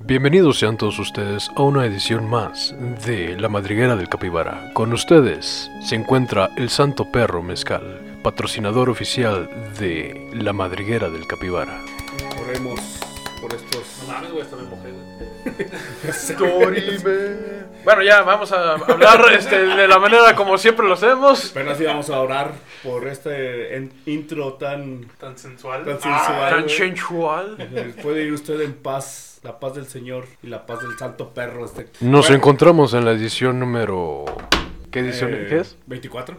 Bienvenidos sean todos ustedes a una edición más de La Madriguera del Capibara. Con ustedes se encuentra el Santo Perro Mezcal, patrocinador oficial de La Madriguera del Capibara. Corremos por estos. No mames, güey, hasta me mojé, güey. Bueno, ya vamos a hablar este, de la manera como siempre lo hacemos. Pero así vamos a orar por este en- intro tan. Tan sensual. Tan Ah, sensual. Tan sensual. Puede ir usted en paz, la paz del Señor y la paz del Santo Perro. Este. Nos Bueno, encontramos en la edición número... ¿Qué edición eh, ¿qué es? 24.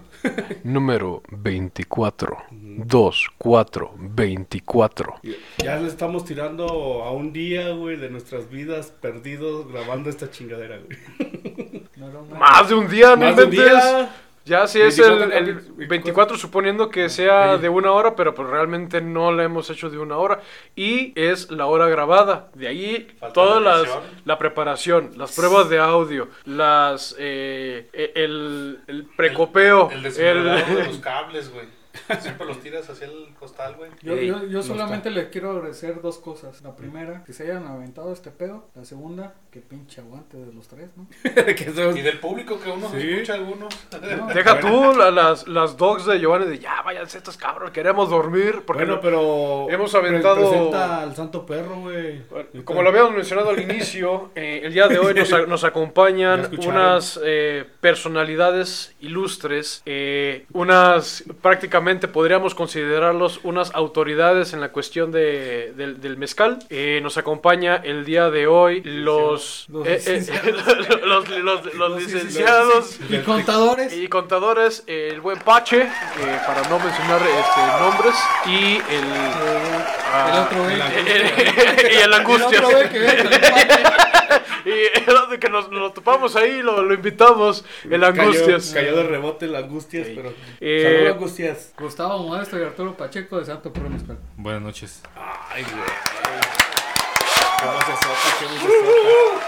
Número 24. 2, 4, 24. Ya le estamos tirando a un día, güey, de nuestras vidas perdidos grabando esta chingadera, güey. Más de un día, no Más de un inventes. día. Ya si es el, 24 el 24, suponiendo que sea de una hora, pero pues realmente no la hemos hecho de una hora. Y es la hora grabada. De ahí Falta todas la las. edición. La preparación, las pruebas de audio, las. eh, eh, el, el precopeo. El el- desesperado de los cables, güey. Siempre los tiras hacia el costal, güey. Yo, Ey, yo, yo no solamente les quiero agradecer dos cosas. La primera, que se hayan aventado este pedo. La segunda, que pinche aguante de los tres, ¿no? Que se- Y del público que uno Sí. escucha algunos. Deja tú la- las, las dogs de Giovanni de ya, váyanse estos cabros, queremos dormir. Porque Bueno, pero. Hemos aventado- Presenta al Santo Perro, güey. Como lo habíamos mencionado al inicio, eh, el día de hoy nos, a- nos Ya acompañan escucharon. unas eh, personalidades ilustres, eh, unas prácticamente podríamos considerarlos unas autoridades en la cuestión de- del, del mezcal. Eh, nos acompaña el día de hoy los, Los eh, eh, los- los- los licenciados Y contadores. y contadores, el buen Pache, eh, para no mencionar este, nombres, y el... eh, el ah, otro güey. eh, eh, y el El angustia. otro güey que viene con el padre. Y era de que nos lo topamos ahí, lo, lo invitamos, el Angustias. Cayó, cayó de rebote el Angustias, pero. Eh, Saludos, Angustias. Gustavo Modesto y Arturo Pacheco de Santo Perro Mezcal. Buenas noches. Ay, güey. Qué vocesota, qué vocesota.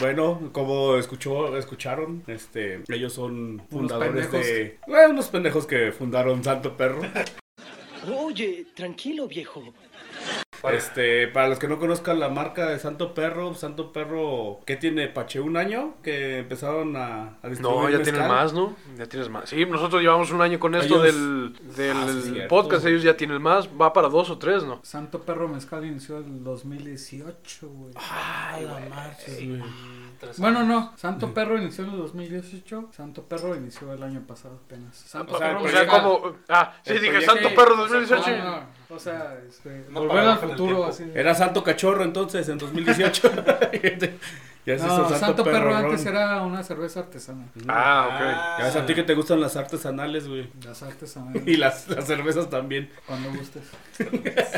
Bueno, como escuchó, escucharon, este, ellos son fundadores de... Bueno, unos pendejos que fundaron Santo Perro. Oye, tranquilo, viejo. Este, para los que no conozcan la marca de Santo Perro, Santo Perro, ¿qué tiene Pache? ¿Un año que empezaron a, a distribuir No, ya mezcal? tienen más, ¿no? Ya tienes más. Sí, nosotros llevamos un año con esto Ellos- del, del Ah, sí, es cierto. podcast, ellos ya tienen más, va para dos o tres, ¿no? Santo Perro Mezcal inició el 2018, güey. Ah, Bueno, no. Santo Perro inició en el 2018. Santo Perro inició el año pasado apenas. Santo O sea, Perro O sea, Mezcal. como... Ah, sí, El dije proyecto- Santo Perro No, 2018. no, O sea, este, Una volver al paradoja del futuro tiempo. así. Era Santo Cachorro entonces, en 2018. ya se No, hizo Santo, Perro, Ron. antes era una cerveza artesana. Ah, ok. Ya ves a ti que te gustan las artesanales, güey. Las artesanales. Y las, las cervezas también. Cuando gustes.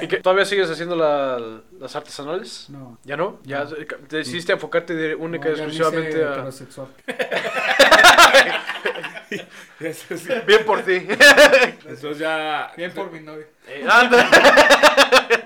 ¿Y qué? ¿Todavía sigues haciendo la- las artesanales? No. ¿Ya no? ¿Ya decidiste enfocarte de- única y No, ya me hice exclusivamente a... heterosexual. Eso sí. Bien por ti. Entonces ya Bien por mi novia. Eh, anda.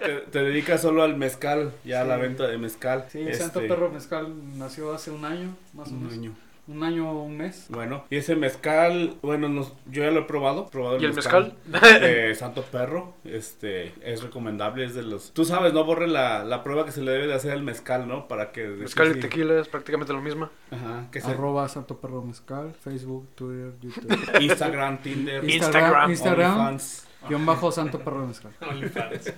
te, te dedicas solo al mezcal, ya a la venta de mezcal. Sí, Este, Santo Perro Mezcal nació hace un año, más o Un menos. año. Un año o un mes. Bueno, y ese mezcal, bueno, nos- yo ya lo he probado. probado ¿Y el mezcal? de Santo Perro, este, es recomendable, es de los... Tú sabes, no borre la, la prueba que se le debe de hacer al mezcal, ¿no? Para que... Mezcal sí. y tequila es prácticamente lo mismo. Ajá, que se... Arroba Santo Perro Mezcal, Facebook, Twitter, YouTube. Instagram, Tinder, Instagram, Instagram, OnlyFans. guión bajo Santo Perro Mezcal. OnlyFans.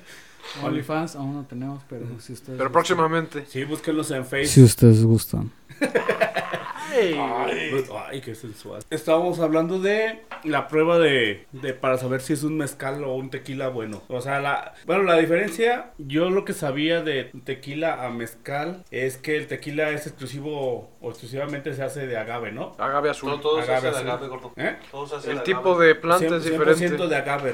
OnlyFans aún no tenemos, pero si ustedes Pero gustan. próximamente. Sí, búsquenlos en Facebook. Si ustedes gustan. Ah, Pues, Ay, qué sensual. Estábamos hablando de la prueba de, de para saber si es un mezcal o un tequila bueno. O sea, la, bueno, la diferencia, yo lo que sabía de tequila a mezcal es que el tequila es exclusivo o exclusivamente se hace de agave, ¿no? Agave No azul. todos Agave hacen azul. agave, gordo. ¿Eh? Todos hacen El agave. tipo de planta es 100% diferente. de agave.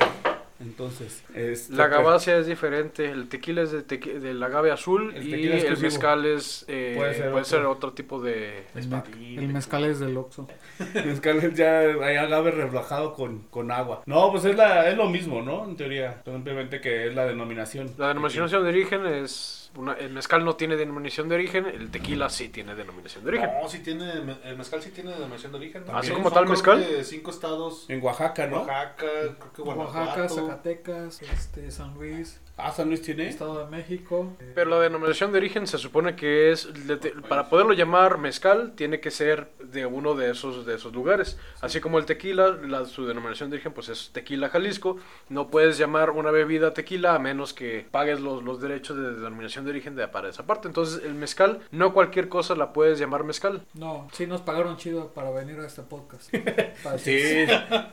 Entonces, este, La gabacia es diferente. El tequila es de tequi- del agave azul El y tequila es el exclusivo. mezcal es. eh, Puede puede ser ser, otro. otro tipo de. El, mez- el mezcal es del Oxxo. Mezcal ya hay agave reblajado con, con agua. No, pues es, la, es lo mismo, ¿no? En teoría. Simplemente que es la denominación. La denominación de origen es. es una- el mezcal no tiene denominación de origen, el tequila sí tiene denominación de origen. No, sí tiene, el mezcal sí tiene denominación de origen. Así también. como Son, tal creo mezcal. que cinco estados. En Oaxaca, ¿no? Oaxaca, creo que Guanajuato. Oaxaca, Zacatecas, este, San Luis, Ah, San Luis tiene. Estado de México. eh, Pero la denominación de origen se supone que es, le- te- para poderlo llamar mezcal, tiene que ser de uno de esos, de esos lugares. Así como el tequila, la- su denominación de origen pues es tequila Jalisco. No puedes llamar una bebida tequila a menos que pagues los, los derechos de denominación de origen de, para esa parte. Entonces el mezcal, no cualquier cosa la puedes llamar mezcal. No, sí nos pagaron chido para venir a este podcast. Para Sí,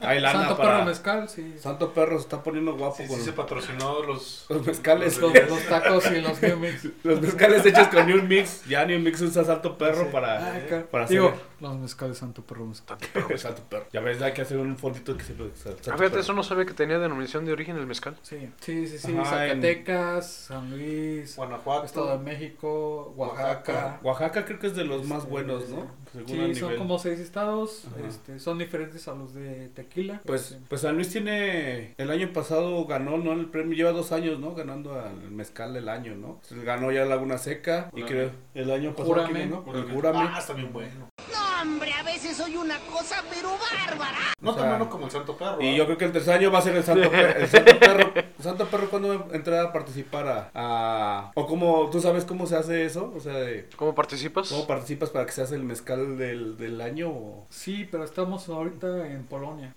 hay lana Santo para... Perro Mezcal, sí. Santo Perro se está poniendo guapo Sí, con sí, se patrocinó los. los mezcales. Los, los tacos y los New Mix. Los mezcales hechos con New Mix. Ya New Mix usa Santo Perro Ah, para, eh, acá. para hacer. Digo, los mezcales Santo Perro Mezcal. Santo Perro. Ya ves, hay que hacer un fondito que se. Santo Ah, fíjate, Perro. eso no sabía que tenía denominación de origen el mezcal. Sí, sí, sí, sí. Ajá, en- Zacatecas, San Luis, Guanajuato. Estado de México, Oaxaca. Oaxaca creo que es de los más buenos, ¿no? Según a Sí, son nivel. como seis estados. Ajá. Este, son diferentes a los de tequila. Pues, Este, pues San Luis tiene, el año pasado ganó, ¿no? El premio, lleva dos años, ¿no? Ganando al mezcal del año, ¿no? Se Ganó ya Laguna Seca y Júrame. creo, el año pasado, Júrame. ¿quién ganó? El Júrame. Ah, está bien bueno. No, hombre, a veces soy una cosa, pero bárbara. No O tan sea, bueno como el Santo Perro. Y ¿ah? yo creo que el tercer año va a ser el Santo Perro. El Santo Perro, el Santo Perro cuando entré a participar a, a- O como, ¿tú sabes cómo se hace eso? O sea, de- ¿Cómo participas? ¿cómo participas para que se hace el mezcal del, del año? o- sí, pero estamos ahorita en Polonia.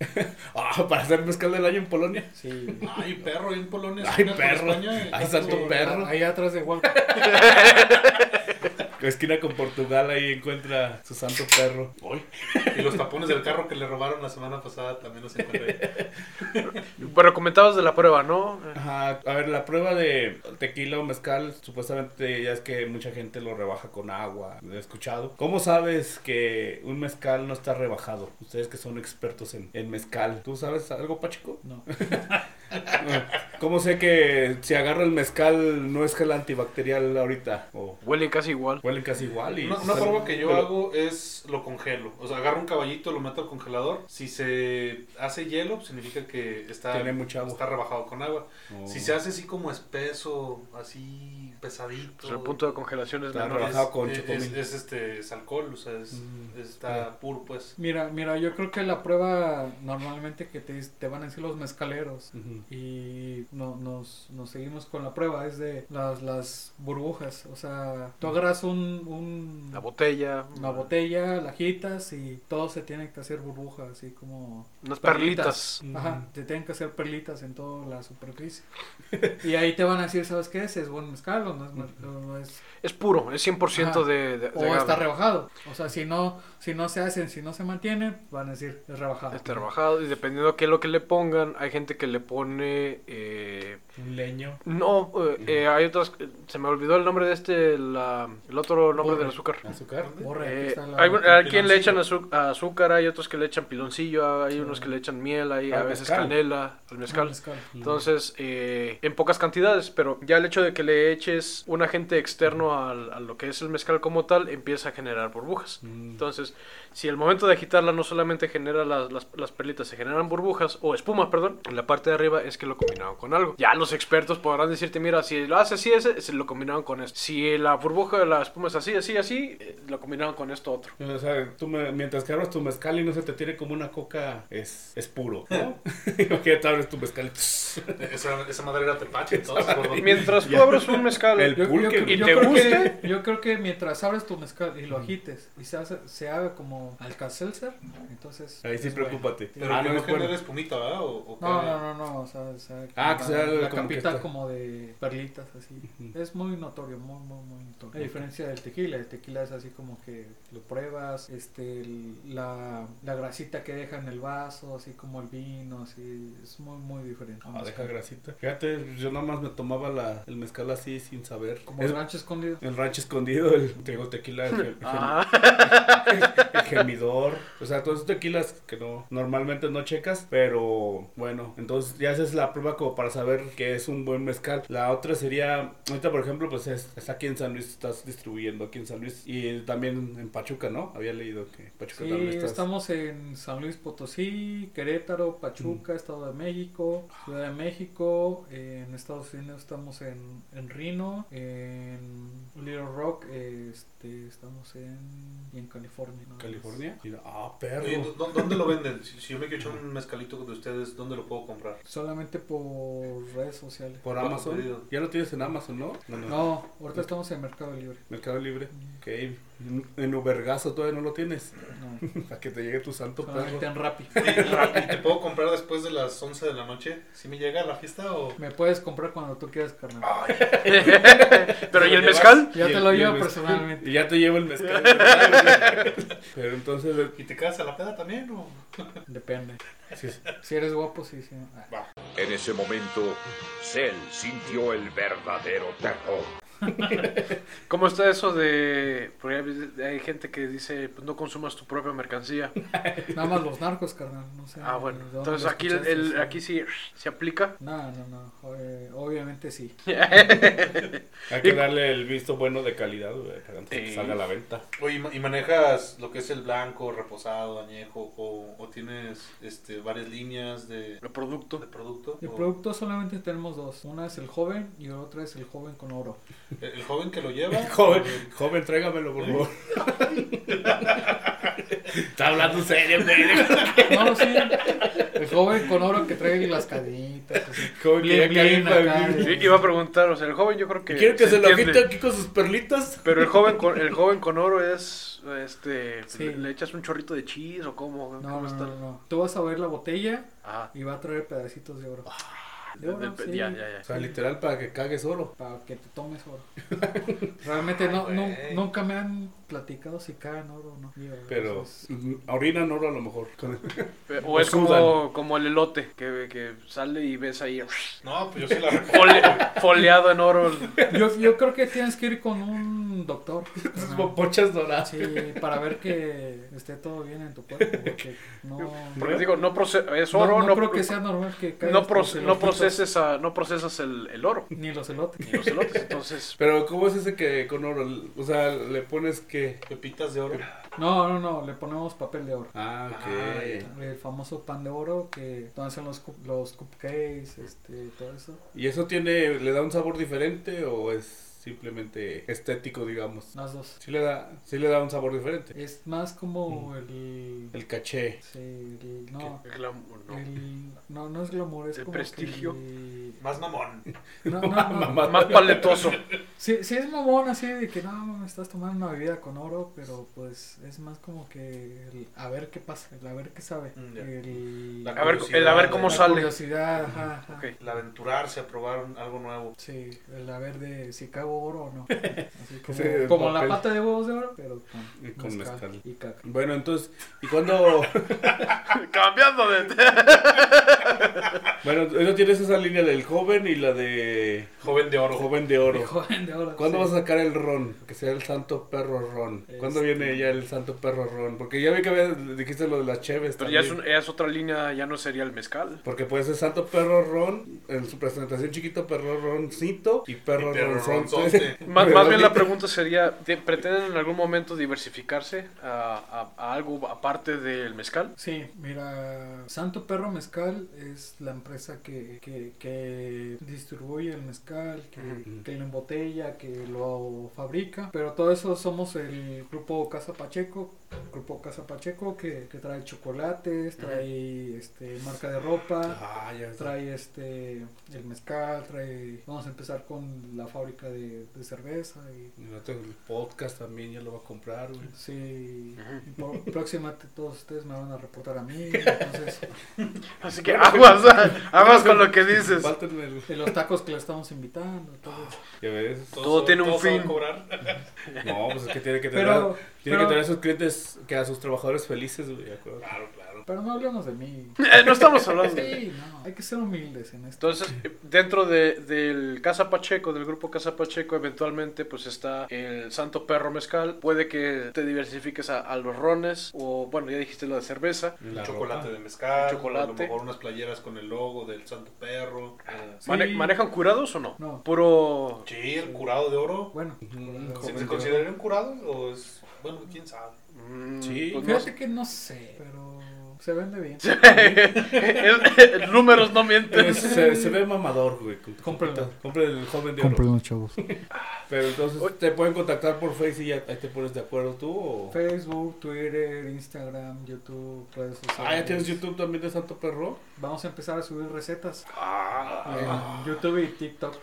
Ah, para hacer mezcal del año en Polonia. Sí. Ay, perro, ahí en Polonia. Ay, esquina con perro. España, Ay, ya santo estuvo- perro. Ahí atrás de Hualpa. Esquina con Portugal, ahí encuentra su Santo Perro. Uy. Y los tapones del carro que le robaron la semana pasada también los encontré. Pero comentabas de la prueba, ¿no? Eh, Ajá, a ver, la prueba de tequila o mezcal, supuestamente ya es que mucha gente lo rebaja con agua, lo he escuchado. ¿Cómo sabes que un mezcal no está rebajado? Ustedes que son expertos en, en mezcal, ¿tú sabes algo, Pachico? Ah, No. ¿Cómo sé que si agarro el mezcal no es gel antibacterial ahorita? O Huelen casi igual. huelen casi igual y... Una, una saben- forma que yo pero- hago es lo congelo. O sea, agarro un caballito, lo meto al congelador. Si se hace hielo, pues, significa que está, Tiene mucha agua. está rebajado con agua. Oh, Si se hace así como espeso, así pesadito. Pues el punto de congelación es Está menor. rebajado con es, chocomil. es- es, este, es alcohol, o sea, es- Mm. está puro, pues. Mira, mira, yo creo que la prueba normalmente que te, dis- te van a decir los mezcaleros Ujú. y no, nos, nos seguimos con la prueba es de las, las burbujas. O sea, tú agarras un, un- La botella. una botella, la agitas y todo se tiene que hacer burbujas, así como... Unas perlitas. Ajá, te tienen que hacer perlitas en toda la superficie. y ahí te van a decir, ¿sabes qué? Si es buen mezcal o no es... mez- o no es- Es puro, es 100% Ajá. de, de- de o agave. está rebajado. O sea, si no, si no se hacen, si no se mantienen, van a decir, es rebajado. Está rebajado y dependiendo de qué es lo que le pongan, hay gente que le pone... eh, Un leño. no, eh, eh, hay otras... eh, Se me olvidó el nombre de este, la- el otro nombre del azúcar. ¿Azúcar? Borre, aquí Eh, está la- hay, un- hay quien le echan azu- azúcar, hay otros que le echan piloncillo, hay unos que le echan miel, hay Al a veces mezcal. canela, al mezcal. mezcal. Entonces, eh, en pocas cantidades, pero ya el hecho de que le eches un agente externo al- a lo que es el mezcal como tal, empieza a generar burbujas. Mm. Entonces, si el momento de agitarla no solamente genera las, las- las perlitas, se generan burbujas o espuma, perdón, en la parte de arriba es que lo combinaron con algo. Ya los expertos podrán decirte, mira, si lo haces así, ese, se lo combinaron con esto. Si la burbuja, la espuma es así, así, así, eh, lo combinaron con esto otro. O sea, tú me- mientras que abras tu mezcal y no se te tiene como una coca, es, es puro, ¿no? Imagínate, abres tu mezcal y tss, E, Esa, esa madre era tepache, entonces, Y gordón. mientras tú abres un mezcal, El- Yo, yo- Pulque, yo ¿y te creo gusta? que, yo creo que mientras abres tu mezcal y lo agites y se, hace- se haga como alcacelser, entonces... ahí sí es bueno. preocúpate. Pero Ah, que no me no, genera acuerdo. espumita, ¿verdad? O, o No, que- no, no, no, o sea, o sea, Ah, que la- sea la como que capita está- como de perlitas, así. Ujú. Es muy notorio, muy, muy, muy notorio. A diferencia del tequila, el tequila es así como que lo pruebas, este, el- la, la grasita que deja en el vaso, así como el vino, así, es muy, muy diferente. Ah, deja grasita. Fíjate, yo nada más me tomaba la, el mezcal así sin saber. Como Es- el rancho escondido. el rancho escondido, el te digo, tequila, el, gem- Ah, el gemidor. O sea, todos esos tequilas que no normalmente no checas, pero bueno, entonces ya esa es la prueba como para saber que es un buen mezcal. La otra sería, ahorita por por ejemplo, pues es, es aquí en San Luis, estás distribuyendo aquí en San Luis y también en Pachuca, ¿no? Había leído que Pachuca Sí, también estás- estamos en San Luis Potosí, Querétaro, Mm. Pachuca, Estado de México, Ciudad de México, eh, en Estados Unidos estamos en, en Reno, en Little Rock, eh, este, estamos en, y en California. ¿no? California. Y- Ah, perro. Oye, ¿dó- dó- ¿Dónde lo venden? Si, si yo me quiero echar un mezcalito de ustedes, ¿dónde lo puedo comprar? Solamente por redes sociales. Por Bajo Amazon. pedido. Ya lo tienes en Amazon, ¿no? No, no. No, ahorita estamos en Mercado Libre. Mercado Libre. Ok. En- En Ubergazo todavía no lo tienes. No, Para que te llegue tu santo perro. solamente en Rappi. ¿Y te puedo comprar después de las 11 de la noche? ¿Si me llega a la fiesta o...? Me puedes comprar cuando tú quieras, carnal. Pero ¿y el mezcal? Ya Y te el- lo y el llevo mezcal. personalmente. Y ya te llevo el mezcal. ¿verdad? Pero entonces, eh, ¿Y te quedas a la peda también o...? Depende. sí, es- Si eres guapo, sí, sí. Ah. En ese momento, Cell sintió el verdadero terror. ¿Cómo está eso de.? Porque hay- hay gente que dice, pues no consumas tu propia mercancía. Nada más los narcos, carnal. No sé. Ah, bueno. de dónde Entonces lo aquí, el- escuchaste, el- sí. aquí sí se aplica. No, no, no. eh, obviamente sí. hay que darle el visto bueno de calidad, güey, para antes de que Sí. salga a la venta. Oye, ¿y ma- ¿y manejas lo que es el blanco, reposado, añejo? ¿O, o tienes este, varias líneas de, El producto. de producto? De ¿O- producto solamente tenemos dos. Una es el joven y la otra es el joven con oro. el, el joven que lo lleva? Joven, joven, tráigamelo, por favor. Está hablando serio, güey. No, sí. El joven con oro que trae las caditas. así. Joven, que ya Blin, blin caiga, acá, eh. blin. de- I- Iba a preguntar, o sea, el joven yo creo que. ¿Quieren que se lo entiende. quite aquí con sus perlitas? Pero el joven con, el joven con oro es. Este. Sí. Le, le echas un chorrito de chis o cómo. No, Ah, ¿Cómo no, está? no, no. Tú vas a ver la botella Ah, y va a traer pedacitos de oro. De de- oro, de- Ah, sí. ya, ya, O ya. sea, literal, para que cagues oro. Para que te tomes oro. Realmente no, Ay, no- güey. nunca me han platicado si caen oro o no. Pero Entonces, mm, orinan oro a lo mejor. Pues O es Lo como, como el elote que, que sale y ves ahí No, pues yo sí la recuerdo. fole- foleado en oro. yo, yo creo que tienes que ir con un doctor. Esas carnal. pochas doradas. Sí, para ver que esté todo bien en tu cuerpo. Porque no, Porque digo, no proce- es no, oro, no no, creo pro- que sea normal que caigas no, por pro- celotitos, no procesas, a- no procesas el, el oro. Ni los elotes. Los elotes. Entonces, Pero, ¿cómo es ese que con oro? O sea, le pones que. Pepitas de oro. No, no, no, le ponemos papel de oro. Ah, ok. El famoso pan de oro que hacen los, cup- los cupcakes, este, todo eso. ¿Y eso tiene, le da un sabor diferente o es simplemente estético, digamos? Las dos. Sí le da, sí le da un sabor diferente. Es más como el... El caché. sí, el- no, glamour, no. el- no, no es glamour, es El como prestigio. que- Más mamón. No, no, no. Mamá. más paletoso. Sí, sí es mamón así de que no, estás tomando una bebida con oro, pero pues es más como que el a ver qué pasa, el a ver qué sabe. Mm, ya. El, La A ver, el a ver cómo la sale. curiosidad, ajá, ajá. Ok. El aventurarse a probar un- algo nuevo. Sí, el a ver de si cago oro o no. Así como, Sí, el como la papel. pata de huevos de oro, pero con, Y con mezcal. y caca. Bueno, entonces, ¿y cuándo? Cambiando de. bueno, eso tienes esa línea del joven y la de Joven de oro. joven de oro. El joven de oro. ¿Cuándo sí. vas a sacar el ron? Que sea el santo perro ron. ¿Cuándo Este- viene ya el santo perro ron? Porque ya vi que habías- dijiste lo de las cheves Pero ya es, también. un- ya es otra línea, ya no sería el mezcal. Porque puede ser santo perro ron, en su presentación chiquito perro roncito y perro, Y perro ronzonte. ronzonte. Más, más bien la pregunta sería, ¿te- ¿pretenden en algún momento diversificarse a, a- a algo aparte del mezcal? Sí, mira, Santo Perro Mezcal es la empresa que, que, que distribuye el mezcal, que, que lo embotella, que lo fabrica, pero todo eso somos el grupo Casa Pacheco, grupo Casa Pacheco que, que trae chocolates, trae este, marca de ropa, Ah, ya está. trae este, el mezcal, trae, vamos a empezar con la fábrica de, de cerveza y... Y no tengo el podcast también, ya lo va a comprar, güey. Sí, y por- próximamente todos ustedes me van a reportar a mí, entonces... Así que aguas, aguas con lo que dices. Faltenme el- De los tacos que le estamos invitando. todo eso. Ya ves. Todo tiene un todo se va a fin. cobrar. No, pues es que tiene que tener, Pero- tiene pero- que tener a sus clientes, que a sus trabajadores felices, güey, de acuerdo. Claro, claro. Pero no hablemos de mí. Eh, no estamos hablando de Sí, no. Hay que ser humildes en esto. Entonces, eh, dentro de- del Casa Pacheco, del grupo Casa Pacheco, eventualmente pues está el Santo Perro Mezcal. Puede que te diversifiques a, a los rones o, bueno, ya dijiste lo de cerveza. El La chocolate ropa. de mezcal, El chocolate. a lo mejor unas playeras con el logo del Santo Perro. eh, Mane- Sí. ¿Manejan curados o no? No. Puro... Sí, el curado de oro. Bueno, Mm, ¿Se, joven se de consideraría un curado o es...? Bueno, quién sabe. mm, Sí. pues no fíjate que no sé, pero se vende bien. sé. Números no mienten. Eh, se, se ve mamador, güey. con- Cómpralo. Cómprale el joven de oro. Compren chavos. Pero entonces te pueden contactar por Face y ya ahí te pones de acuerdo tú o... Facebook, Twitter, Instagram, YouTube, redes sociales. Ah, ya tienes YouTube también de Santo Perro. Vamos a empezar a subir recetas Ah, en YouTube y TikTok.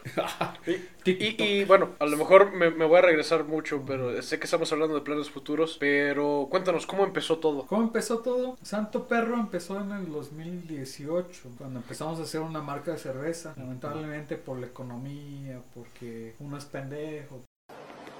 Y, y, bueno, a lo mejor me, me voy a regresar mucho, pero sé que estamos hablando de planes futuros, pero cuéntanos cómo empezó todo. ¿Cómo empezó todo? Santo Perro empezó en el 2018, cuando empezamos a hacer una marca de cerveza. Lamentablemente por la economía, porque uno es pendejo,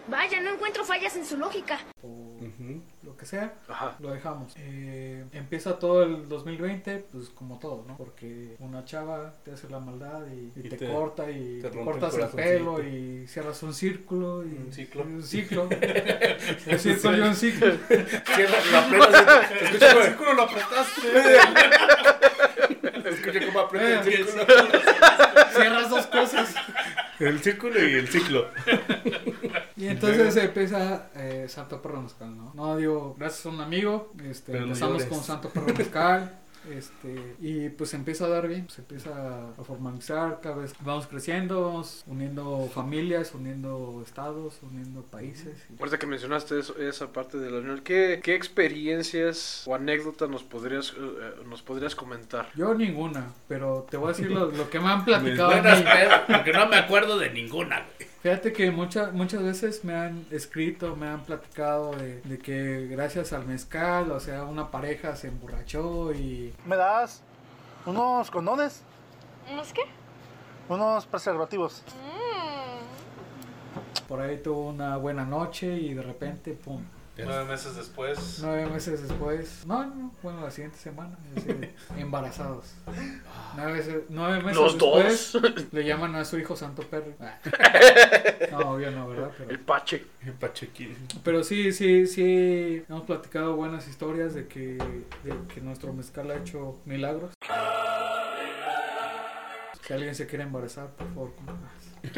Vaya, no encuentro fallas en su lógica. por Ujú. lo que sea, Ajá. lo dejamos. Eh, empieza todo el 2020, pues como todo, ¿no? Porque una chava te hace la maldad y, y Y te, te- corta y te te rompe cortas el el pelo corazoncito. y cierras un círculo y Un ciclo. y un ciclo. un círculo y un ciclo. Cierra, lo apretas. ¿eh? Escucha el círculo, lo apretaste. Escucha cómo aprieta el círculo. Cierras dos cosas. El círculo y el ciclo. Y entonces empieza eh, Santo Perro Mezcal, ¿no? No digo, gracias a un amigo, este, Pero no empezamos llores. con Santo Perro Mezcal. Este, y pues empieza a dar bien, se empieza a formalizar, cada vez vamos creciendo, vamos uniendo familias, uniendo estados, uniendo países. y- Ahorita que mencionaste eso- esa parte de la unión, ¿qué, qué experiencias o anécdotas nos podrías, eh, eh, nos podrías comentar? Yo ninguna, pero te voy a decir lo, lo que me han platicado. a Buenas, mí. pedo, porque no me acuerdo de ninguna. güey. Fíjate que muchas muchas veces me han escrito, me han platicado de, de que gracias al mezcal, o sea, una pareja se emborrachó y ¿Me das unos condones? ¿Unos qué? Unos preservativos. Por ahí tuvo una buena noche y de repente, pum, nueve meses después. nueve meses después, no, no, bueno, la siguiente semana, es decir, embarazados. Nueve, meses- nueve meses Los después dos. le llaman a su hijo Santo Perro. Ah. No, obvio no, ¿verdad? Pero, El Pache. Eh, Pachequín. pero sí, sí, sí, hemos platicado buenas historias de que, de que nuestro mezcal ha hecho milagros. Si alguien se quiere embarazar, por favor, compra. De,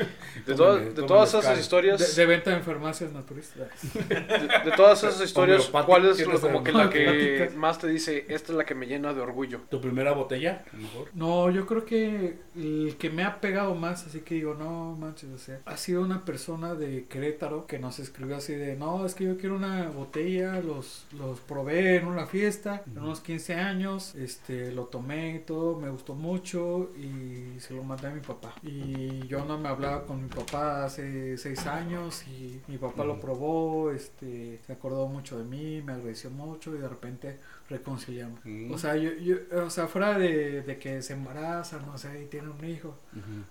Tómale, todas- de tómale todas esas mezcal. de, historias, de de, venta en farmacias naturistas. de todas esas historias, Homeopática, ¿cuál es lo- ¿quieres como que la que homeopática? más te dice, esta es la que me llena de orgullo? ¿Tu primera botella? A lo mejor. No, yo creo que el que me ha pegado más, así que digo, no manches, o sea, ha sido una persona de Querétaro que nos escribió así de, no, es que yo quiero una botella, los, los probé en una fiesta, en unos 15 años, este, lo tomé y todo, me gustó mucho y se lo mandé a mi papá. Y yo no me hablaba con mi papá hace 6 años y mi papá lo probó, este, se acordó mucho de mí, me agradeció mucho y de repente reconciliamos. Mm. O sea, yo, yo- o sea, fuera de, de que se embarazan, no sé, y tienen un hijo,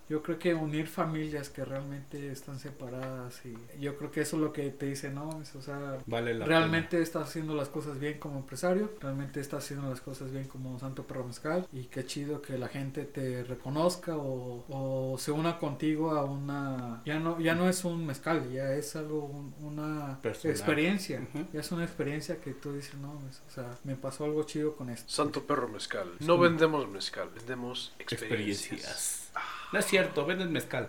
yo creo que unir familias que realmente están separadas y yo creo que eso es lo que te dice, ¿no? Es, o sea, Vale la realmente estás haciendo las cosas bien como empresario, realmente estás haciendo las cosas bien como Santo Perro Mezcal y qué chido que la gente te reconozca o, o se una contigo a una... Ya no, ya no es un mezcal, ya es algo, un- una Personal. experiencia, ya es una experiencia que tú dices, no, es- o sea, me pasó algo chido con esto. Santo Perro Mezcal. No vendemos mezcal, vendemos experiencias. Experiencias. No es cierto, venden mezcal.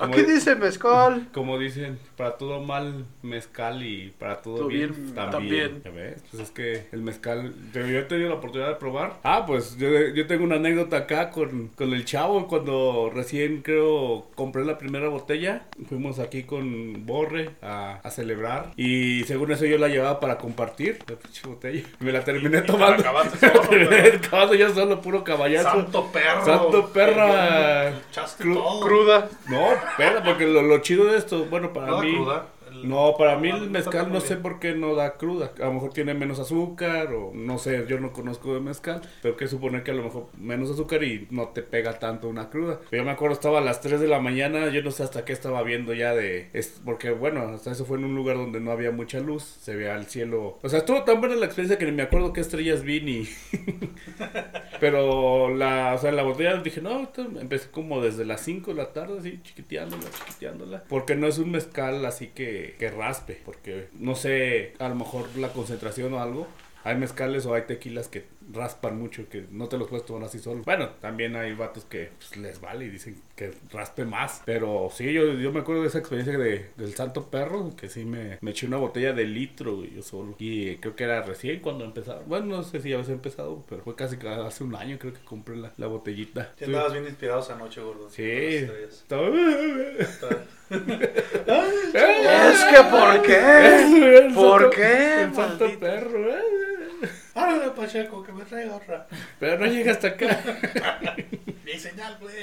Aquí dice mezcal. Como dicen, para todo mal mezcal y para todo, Todo bien, bien, también. también. ¿Ya ves? Pues es que el mezcal, pero yo he tenido la oportunidad de probar. Ah, pues yo, yo tengo una anécdota acá con, con el chavo cuando recién creo compré la primera botella. Fuimos aquí con Borre a, a celebrar y según eso yo la llevaba para compartir, la pinche botella. Me la terminé tomando. acabaste solo, Me la pero- acabaste yo solo, puro caballazo. Santo perro. Santo perra. Echaste Cru- todo. Cruda. No, espera, porque lo, lo chido de esto, bueno, para Nada mí... cruda. el- No, para mí Ah, el mezcal está no muy sé bien. por qué no da cruda. A lo mejor tiene menos azúcar o no sé, yo no conozco de mezcal, pero que suponer que a lo mejor menos azúcar y no te pega tanto una cruda. Yo me acuerdo estaba a las 3 de la mañana, yo no sé hasta qué estaba viendo ya de es- porque bueno, hasta eso fue en un lugar donde no había mucha luz, se veía el cielo. O sea, estuvo tan buena la experiencia que ni me acuerdo qué estrellas vi ni pero la, o sea, la botella dije, no, esto- empecé como desde las 5 de la tarde, así, chiquiteándola, chiquiteándola. Porque no es un mezcal así que, que raspe, porque no sé, a lo mejor la concentración o algo. Hay mezcales o hay tequilas que raspan mucho, que no te los puedes tomar así solo. Bueno, también hay vatos que pues, les vale y dicen que raspe más. Pero sí, yo, yo me acuerdo de esa experiencia de, del Santo Perro, que sí me, me eché una botella de litro güey, yo solo. Y creo que era recién cuando empezaron. Bueno, no sé si ya había empezado, pero fue casi ca- hace un año creo que compré la, la botellita. Ya andabas bien inspirado esa noche, gordo. Sí. Con las estrellas. Estaba- Es que ¿por qué? El ¿Por Santo- qué, El Santo maldito? Perro. eh. Árale, Pacheco, que me traiga otra. Pero no llega hasta acá. Mi señal, güey.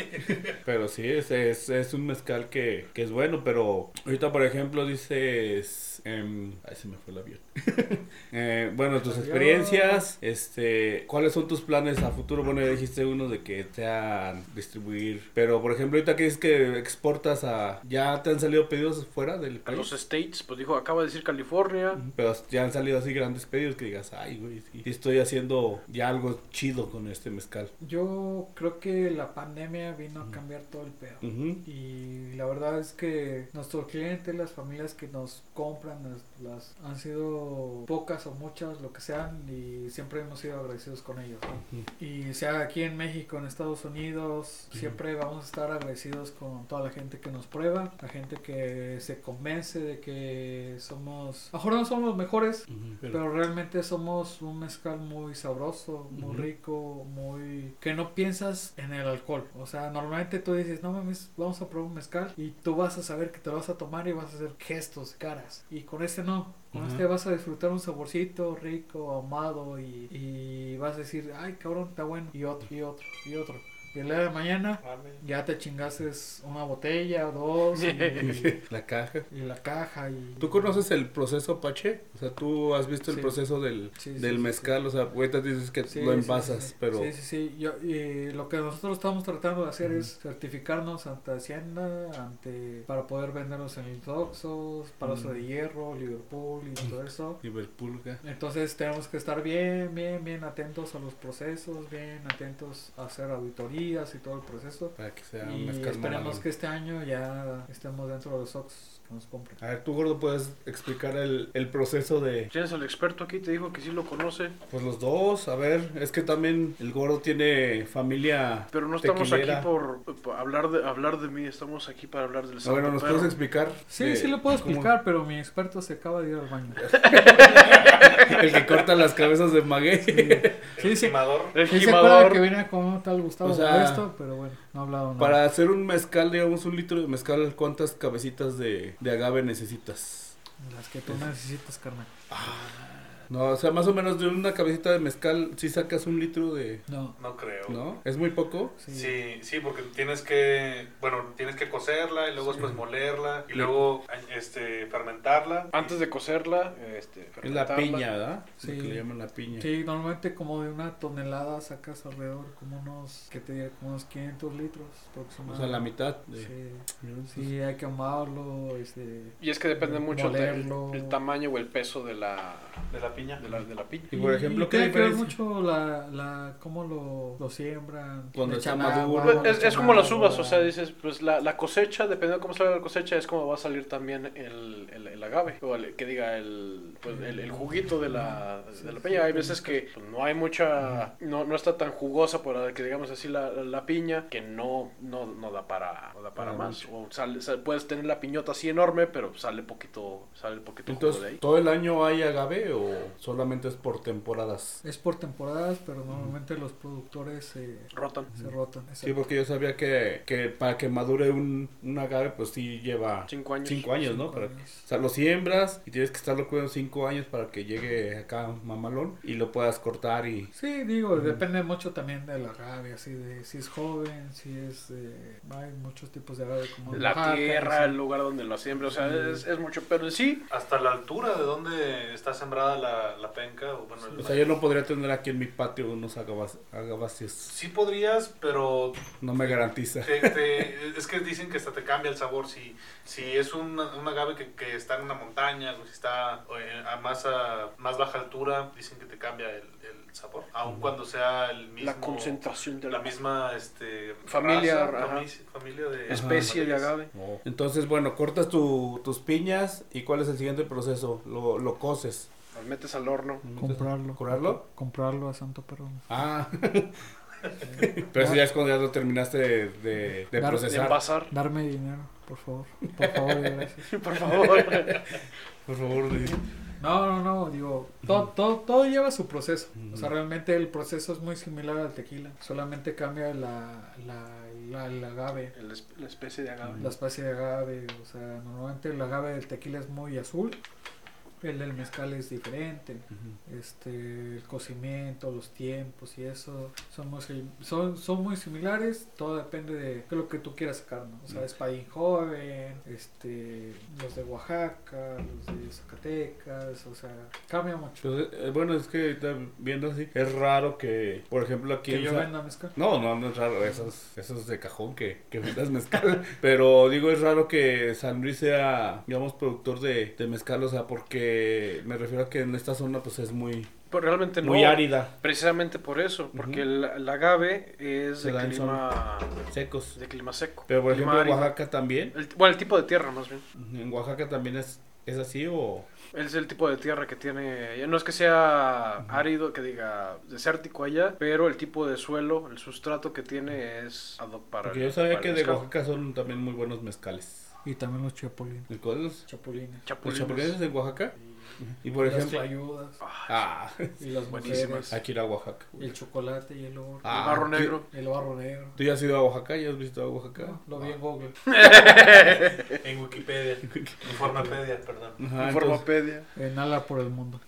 Pero sí, es, es, es un mezcal que, que es bueno, pero ahorita, por ejemplo, dices... em, ay, se me fue el avión. Eh, bueno, tus experiencias, este, ¿cuáles son tus planes a futuro? Bueno, ya dijiste uno de que sean distribuir, pero por ejemplo, ahorita que dices que exportas a... ¿Ya te han salido pedidos fuera del A los país? States, pues dijo, acaba de decir California. Pero ya han salido así grandes pedidos que digas, ay, güey, sí, estoy haciendo ya algo chido con este mezcal. Yo creo que la pandemia vino a cambiar todo el pedo. Ujú. Y la verdad es que nuestros clientes, las familias que nos compran, las, las- han sido pocas o muchas, lo que sean, y siempre hemos sido agradecidos con ellos. ¿no? Y sea aquí en México, en Estados Unidos, siempre vamos a estar agradecidos con toda la gente que nos prueba, la gente que se convence de que somos, a lo mejor no somos los mejores, Ujú, pero- pero realmente somos un mezcal muy sabroso, muy Ujú. rico, muy... que no piensas en el alcohol. O sea, normalmente tú dices, no mames, vamos a probar un mezcal y tú vas a saber que te lo vas a tomar y vas a hacer gestos, caras. Y con este no. Con Ujú. este vas a disfrutar un saborcito rico, ahumado y, y vas a decir, ay cabrón, está bueno. Y otro, y otro, y otro. Y el día de mañana ya te chingaste una botella, dos y, La caja. y la caja y... ¿Tú conoces el proceso Pache? O sea, ¿tú has visto el Sí. proceso del, Sí, sí, del sí, mezcal? O sea, ahorita dices que Sí, lo sí, envasas, sí, sí. pero... Sí, sí, sí. Yo, y lo que nosotros estamos tratando de hacer es certificarnos ante Hacienda ante, para poder vendernos en Oxxos, Palacio de Hierro, Liverpool y todo eso. Liverpool, ¿qué? Entonces tenemos que estar bien, bien, bien atentos a los procesos, bien atentos a hacer auditorías y todo el proceso. para que sea un y mezcal esperemos mamalón. que este año ya estemos dentro de los Oxxos que nos compren. A ver, tú, gordo, puedes explicar el, el proceso de Tienes al experto aquí, te dijo que sí lo conoce, pues los dos. A ver, es que también el gordo tiene familia. pero no estamos tequilera. aquí por, por hablar, de, hablar de mí, estamos aquí para hablar del Ah, santo bueno, ¿nos perro. puedes explicar? Sí, eh, sí lo puedo cómo- explicar, pero mi experto se acaba de ir al baño. El que corta las cabezas de maguey. Sí, sí. Estimador. El Sí se acuerda gimador. que viene con un tal Gustavo O sea, Modesto, pero bueno, no ha hablado nada. Para hacer un mezcal, digamos, un litro de mezcal, ¿cuántas cabecitas de, de agave necesitas? Las que tú necesitas, carnal. No, o sea, más o menos de una cabecita de mezcal, si sacas un litro de... No, No creo. ¿No? ¿Es muy poco? sí. Sí, sí, porque tienes que, bueno, tienes que cocerla y luego después molerla y luego este fermentarla. Antes de cocerla, este, Es la fermentarla. piña, ¿verdad? Sí. Lo que le llaman la piña. Sí, normalmente como de una tonelada sacas alrededor como unos, ¿qué te diré? Como unos 500 litros O aproximadamente. sea, la mitad. De... Sí, sí, hay que amarlo, este... Y es que depende mucho del Molerlo. el tamaño o el peso de la, De la piña. de la, de la piña. Y por ejemplo, ¿qué tiene que ver diferencia? mucho la, la, cómo lo, lo siembran. Cuando le está echan agua, maduro. le Pues, Es, es echan como las agua. uvas, o sea, dices, pues la, la cosecha, dependiendo de cómo salga la cosecha, es como va a salir también el, el- el agave, o el- que diga el, pues, el, el juguito de la, de la piña. Hay veces que pues, no hay mucha, no, no está tan jugosa, por que digamos así, la, la- la piña, que no, no, no da para, no da para Para más. O sale- sale- puedes tener la piñota así enorme, pero sale poquito, sale poquito jugo de Entonces, ahí. ¿todo el año hay agave o...? solamente es por temporadas? Es por temporadas, pero normalmente los productores se, Rotan. se rotan. Sí, porque yo sabía que, que para que madure un, un agave, pues sí lleva Cinco años. cinco años, ¿no? Cinco Para- años. o sea, lo siembras y tienes que estarlo cuidando cinco años para que llegue acá mamalón y lo puedas cortar y... Sí, digo, depende mucho también de la agave, así de si es joven, si es... eh, hay muchos tipos de agave como... La Oaxaca, tierra, así. el lugar donde lo siembra, o sea, es, es mucho. Pero en sí, Hasta la altura de donde está sembrada la, la penca. O bueno, el- O sea, yo no podría tener aquí en mi patio unos agavas- agabacios. Sí podrías, pero No me garantiza. te- te- es que dicen que hasta te cambia el sabor. Si, si es un, un agave que, que está en una montaña, o si está eh, a más, a más baja altura, dicen que te cambia el, el sabor. Aun cuando sea el mismo... la concentración de la la misma este, Familia, raza, ajá. fami- familia de especie de Ajá. agave. Entonces, bueno, cortas tu- tus piñas y ¿cuál es el siguiente proceso? Lo, lo coces. Las metes al horno. Comprarlo. ¿Curarlo? Comprarlo a Santo Perón. Ah. Pero eso ya es cuando ya lo terminaste de, de- de Dar- De procesar. envasar, Darme dinero, por favor. Por favor, y gracias. por favor. Por favor, di- No, no, no, digo, todo, todo, todo lleva su proceso. O sea, realmente el proceso es muy similar al tequila. Solamente cambia la, la, la, el agave, El espe- la especie de agave. la especie de agave. O sea, normalmente el agave del tequila es muy azul. El del mezcal es diferente. Este, el cocimiento, los tiempos y eso son muy, sim- son, son muy similares. Todo depende de qué es lo que tú quieras sacar, ¿no? O sea, Espaín joven, este, los de Oaxaca, los de Zacatecas, o sea, cambia mucho. Entonces, eh, bueno, es que ahorita viendo así, es raro que, por ejemplo, aquí... Que en yo Sa- venda mezcal. No, no, no es raro, esos, esos de cajón que, que vendas mezcal. Pero digo, es raro que San Luis sea, digamos, productor de, de mezcal, o sea, porque me refiero a que en esta zona pues es muy, Pero realmente no. muy árida, Precisamente por eso, porque el, el agave es Se de da en clima, secos. de clima seco. Pero por clima ejemplo, en árido. Oaxaca también, El- bueno, el tipo de tierra más bien. en Oaxaca también es, es así o... Es el tipo de tierra que tiene. ya No es que sea árido, que diga desértico allá, pero el tipo de suelo, el sustrato que tiene es ad hoc para. Porque el- yo sabía para que el de pescado. Oaxaca son también muy buenos mezcales. Y también los chapulines. ¿El cuál es? Chapulines. ¿Los Chapulines. chapulines de Oaxaca? Y por las ejemplo... ayudas Ah, y las buenísimas. mujeres. aquí era Oaxaca. Y el chocolate y el oro. Ah, el barro ¿qué- negro. El barro negro. ¿Tú ya has ido a Oaxaca? ¿Ya has visitado Oaxaca? No, lo vi en Google. En Wikipedia. En Formapedia, perdón. Ajá, Ah, entonces, Informapedia. En ala por el mundo.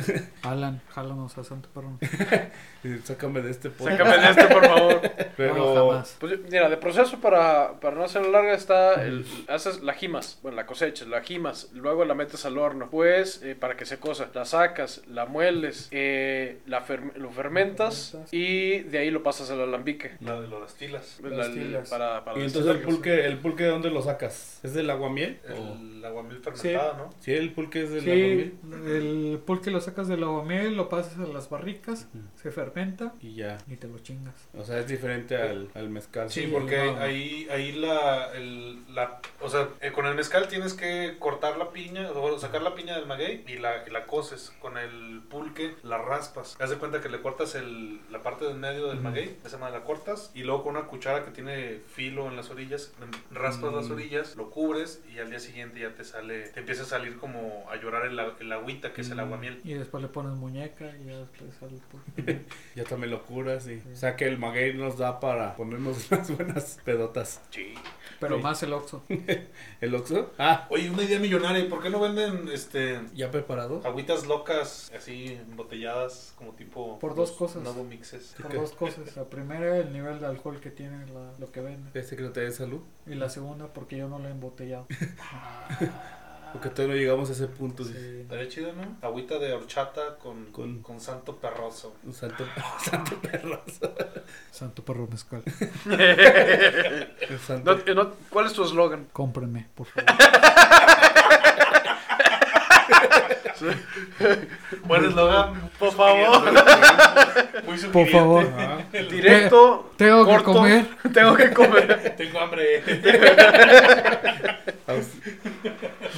Alan, jálanos a Santo Perón. eh, sácame de este podcast. Sácame de este, por favor. Pero... No, jamás. Pues mira, de proceso para, para no hacer larga está el, haces la jimas, bueno, la cosechas, la jimas, luego la metes al horno, pues eh, para que se cosa, la sacas, la mueles, eh, la fer- lo fermentas Fermentas. y de ahí lo pasas al alambique. La de las tilas. La- Las la- tilas. para, para Y las entonces el tilas. pulque, ¿el pulque de dónde lo sacas? ¿Es del aguamiel? Oh. ¿O- El aguamiel fermentada, ¿no? Sí, el pulque es del Sí, aguamiel. el pulque lo sacas del aguamiel, lo pasas a las barricas, se fermenta Y ya. y te lo chingas. O sea, es diferente al, al mezcal. Sí, Sí, porque no. ahí, ahí la, el- la- O sea, eh, con el mezcal tienes que cortar la piña, o sacar la piña del maguey y la, y la coces. Con el pulque la raspas. Haz de cuenta que le cortas el, la parte del medio del maguey, esa madre la cortas, y luego con una cuchara que tiene filo en las orillas, mm, raspas las orillas, lo cubres y al día siguiente ya te sale, te empieza a salir como a llorar el, a- el agüita que es el aguamiel. Y después le pones muñeca y ya después sale el pulque. Ya también lo curas y... O sea, que el maguey nos da para ponernos unas buenas pedotas. Sí. Pero más el oxo. ¿El oxo? Ah, Oye, una idea millonaria, ¿por qué no venden este ¿ya preparado? Agüitas locas, así embotelladas, como tipo. Por dos los cosas. Novo mixes. Por dos cosas. La primera, el nivel de alcohol que tiene la- lo que vende. ¿Es secretaria de salud? Y la segunda, porque yo no lo he embotellado. Ah. Porque todavía no llegamos a ese punto. dice. Sí. Estaría chido, ¿no? Agüita de horchata con, Con- con... santo perroso. Un santo, santo perroso. Santo perro mezcal. Un santo- No, eh, no, ¿Cuál es tu eslogan? Cómprenme, por favor. Buen eslogan. Por favor. Muy sugiriente. Por favor. Ah. Directo. Tengo que corto, comer. Tengo que comer. Tengo hambre.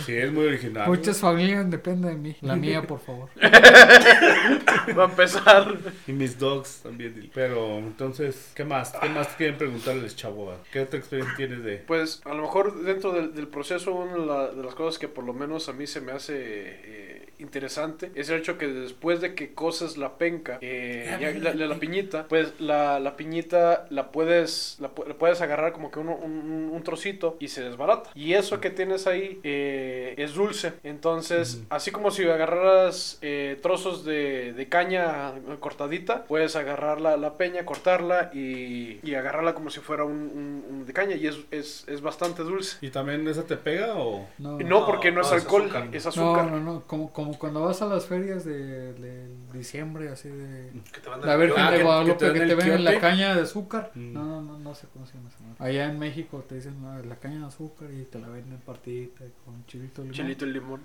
Sí, es muy original. Muchas familias dependen de mí. La mía, por favor. Va a empezar. Y mis dogs también. dile. Pero entonces, ¿qué más? ¿Qué más quieren preguntarles, chavo? ¿Qué otra experiencia tienes de...? Pues a lo mejor dentro del, del proceso, una de la- de las cosas que por lo menos a mí se me hace eh, interesante es el hecho que después de que coces la penca, eh, ya la, la- la piñita, pues la, la piñita la puedes, la, pu- la puedes agarrar como que uno- un, un trocito y se desbarata. Y eso que tienes ahí eh, es dulce. Entonces, así como si agarraras eh, trozos de, de caña cortadita, puedes agarrar la, la peña, cortarla y, y agarrarla como si fuera un, un- un de caña y es, es, es bastante dulce. ¿Y también esa te pega o...? No, No, porque no, no, es es alcohol, azúcar. es no, azúcar. no, no, Como, como cuando vas a las ferias de, de diciembre, así de... Que te van La Virgen Ah, que- que de te Guadalupe dan que, el te venden quiote. la caña de azúcar. Mm. No, no, no, no sé cómo se llama esa madre. Allá en México te dicen "No, la caña de azúcar y te la venden partidita con chilito limón. Chilito y limón.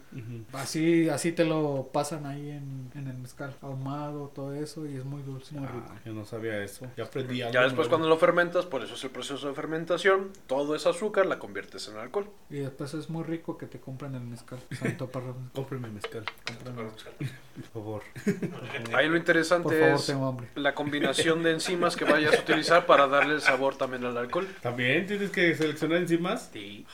Así, así te lo pasan ahí en, en el mezcal, ahumado, todo eso, y es muy dulce, muy rico. Ah, yo no sabía eso. Ya aprendí algo. Ya después nuevo. cuando lo fermentas, por eso es el proceso de fermentación, todo es azúcar, la conviertes en alcohol. Y después es muy rico que te compren el mezcal. Santo perro, Cómprame mezcal, cómprame el mezcal. por favor. Ahí lo Por interesante favor, es tengo hambre. la combinación de enzimas que vayas a utilizar para darle el sabor también al alcohol. ¿También tienes que seleccionar enzimas? Sí.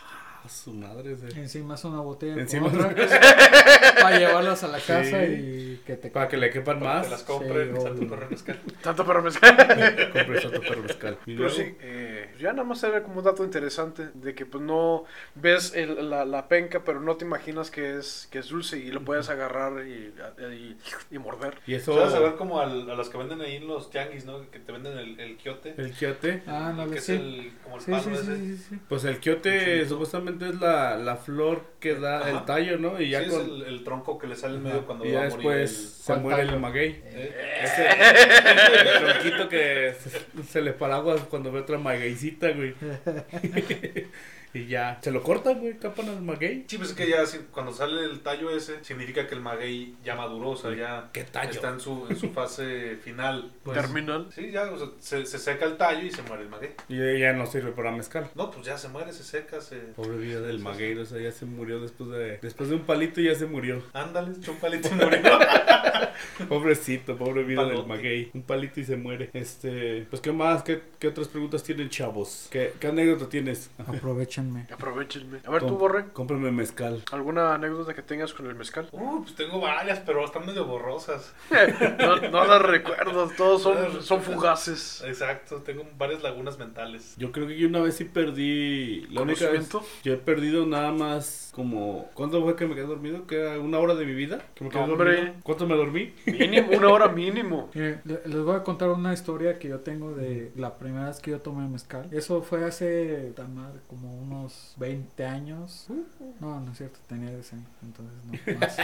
Ah, su madre. se- Encima es una botella con Encima- otra, para llevarlas a la casa y que te Para que le quepan Para que más. te las compren, Ah, Sí, Santo obvio. Perro Mezcal. Tanto para mezclar. Compres otro perro mezcal. Y Pero luego, sí, eh, ya nada más era como un dato interesante de que pues no ves el- la, la penca, pero no te imaginas que es, que es dulce y lo puedes agarrar y, y- y morder. Y eso... Eso vas a ver como al- a los que venden ahí en los tianguis, ¿no? Que te venden el, el quiote. El quiote. Ah, no que lo es sé. el, como el Sí, palo sí, sí, ese. sí, sí. Pues el quiote supuestamente es la, la flor que da Ajá. el tallo, ¿no? Y Sí, ya, es con- el, el tronco que le sale en medio cuando y va ya a morir. después se ¿Cuál muere tallo? el maguey. el- eh, Ese, el tronquito que se, se le paraguas cuando ve otra magueycita, güey. y ya. Se lo cortan, güey. Capan al maguey. Sí, pues es que ya si- cuando sale el tallo ese, significa que el maguey ya maduró, o sea, ya ¿Qué tallo? está en su, en su fase final. pues. Terminal. Sí, ya, o sea, se, se seca el tallo y se muere el maguey. Y ya no sirve para mezcal. No, pues ya se muere, se seca, se... Pobre vida del magueiro, o sea, ya se murió después de después de un palito ya se murió. Ándale, echó un palito y murió. Pobrecito, pobre vida del Palote. maguey. Un palito y se muere. Este, pues qué más, qué, qué otras preguntas tienen, chavos? ¿Qué, qué anécdota tienes? Aprovechenme. Aprovechenme. A ver, tú, Com- Borre, Cómprame mezcal. ¿alguna anécdota que tengas con el mezcal? Uh, pues tengo varias, pero están medio borrosas. no, no las recuerdo, todos son, son fugaces. Exacto, tengo varias lagunas mentales. Yo creo que yo una vez sí perdí la única vez ¿Conocimiento? yo he perdido nada más como ¿cuándo fue que me quedé dormido? Que era una hora de mi vida. que me quedé No, hombre. dormido. ¿Cuánto me dormí? Mínimo, una hora mínimo. Mire, le- les voy a contar una historia que yo tengo de la primera vez que yo tomé mezcal. Eso fue hace ta madre, como unos 20 años. No, no es cierto, tenía 10 años, entonces no. más.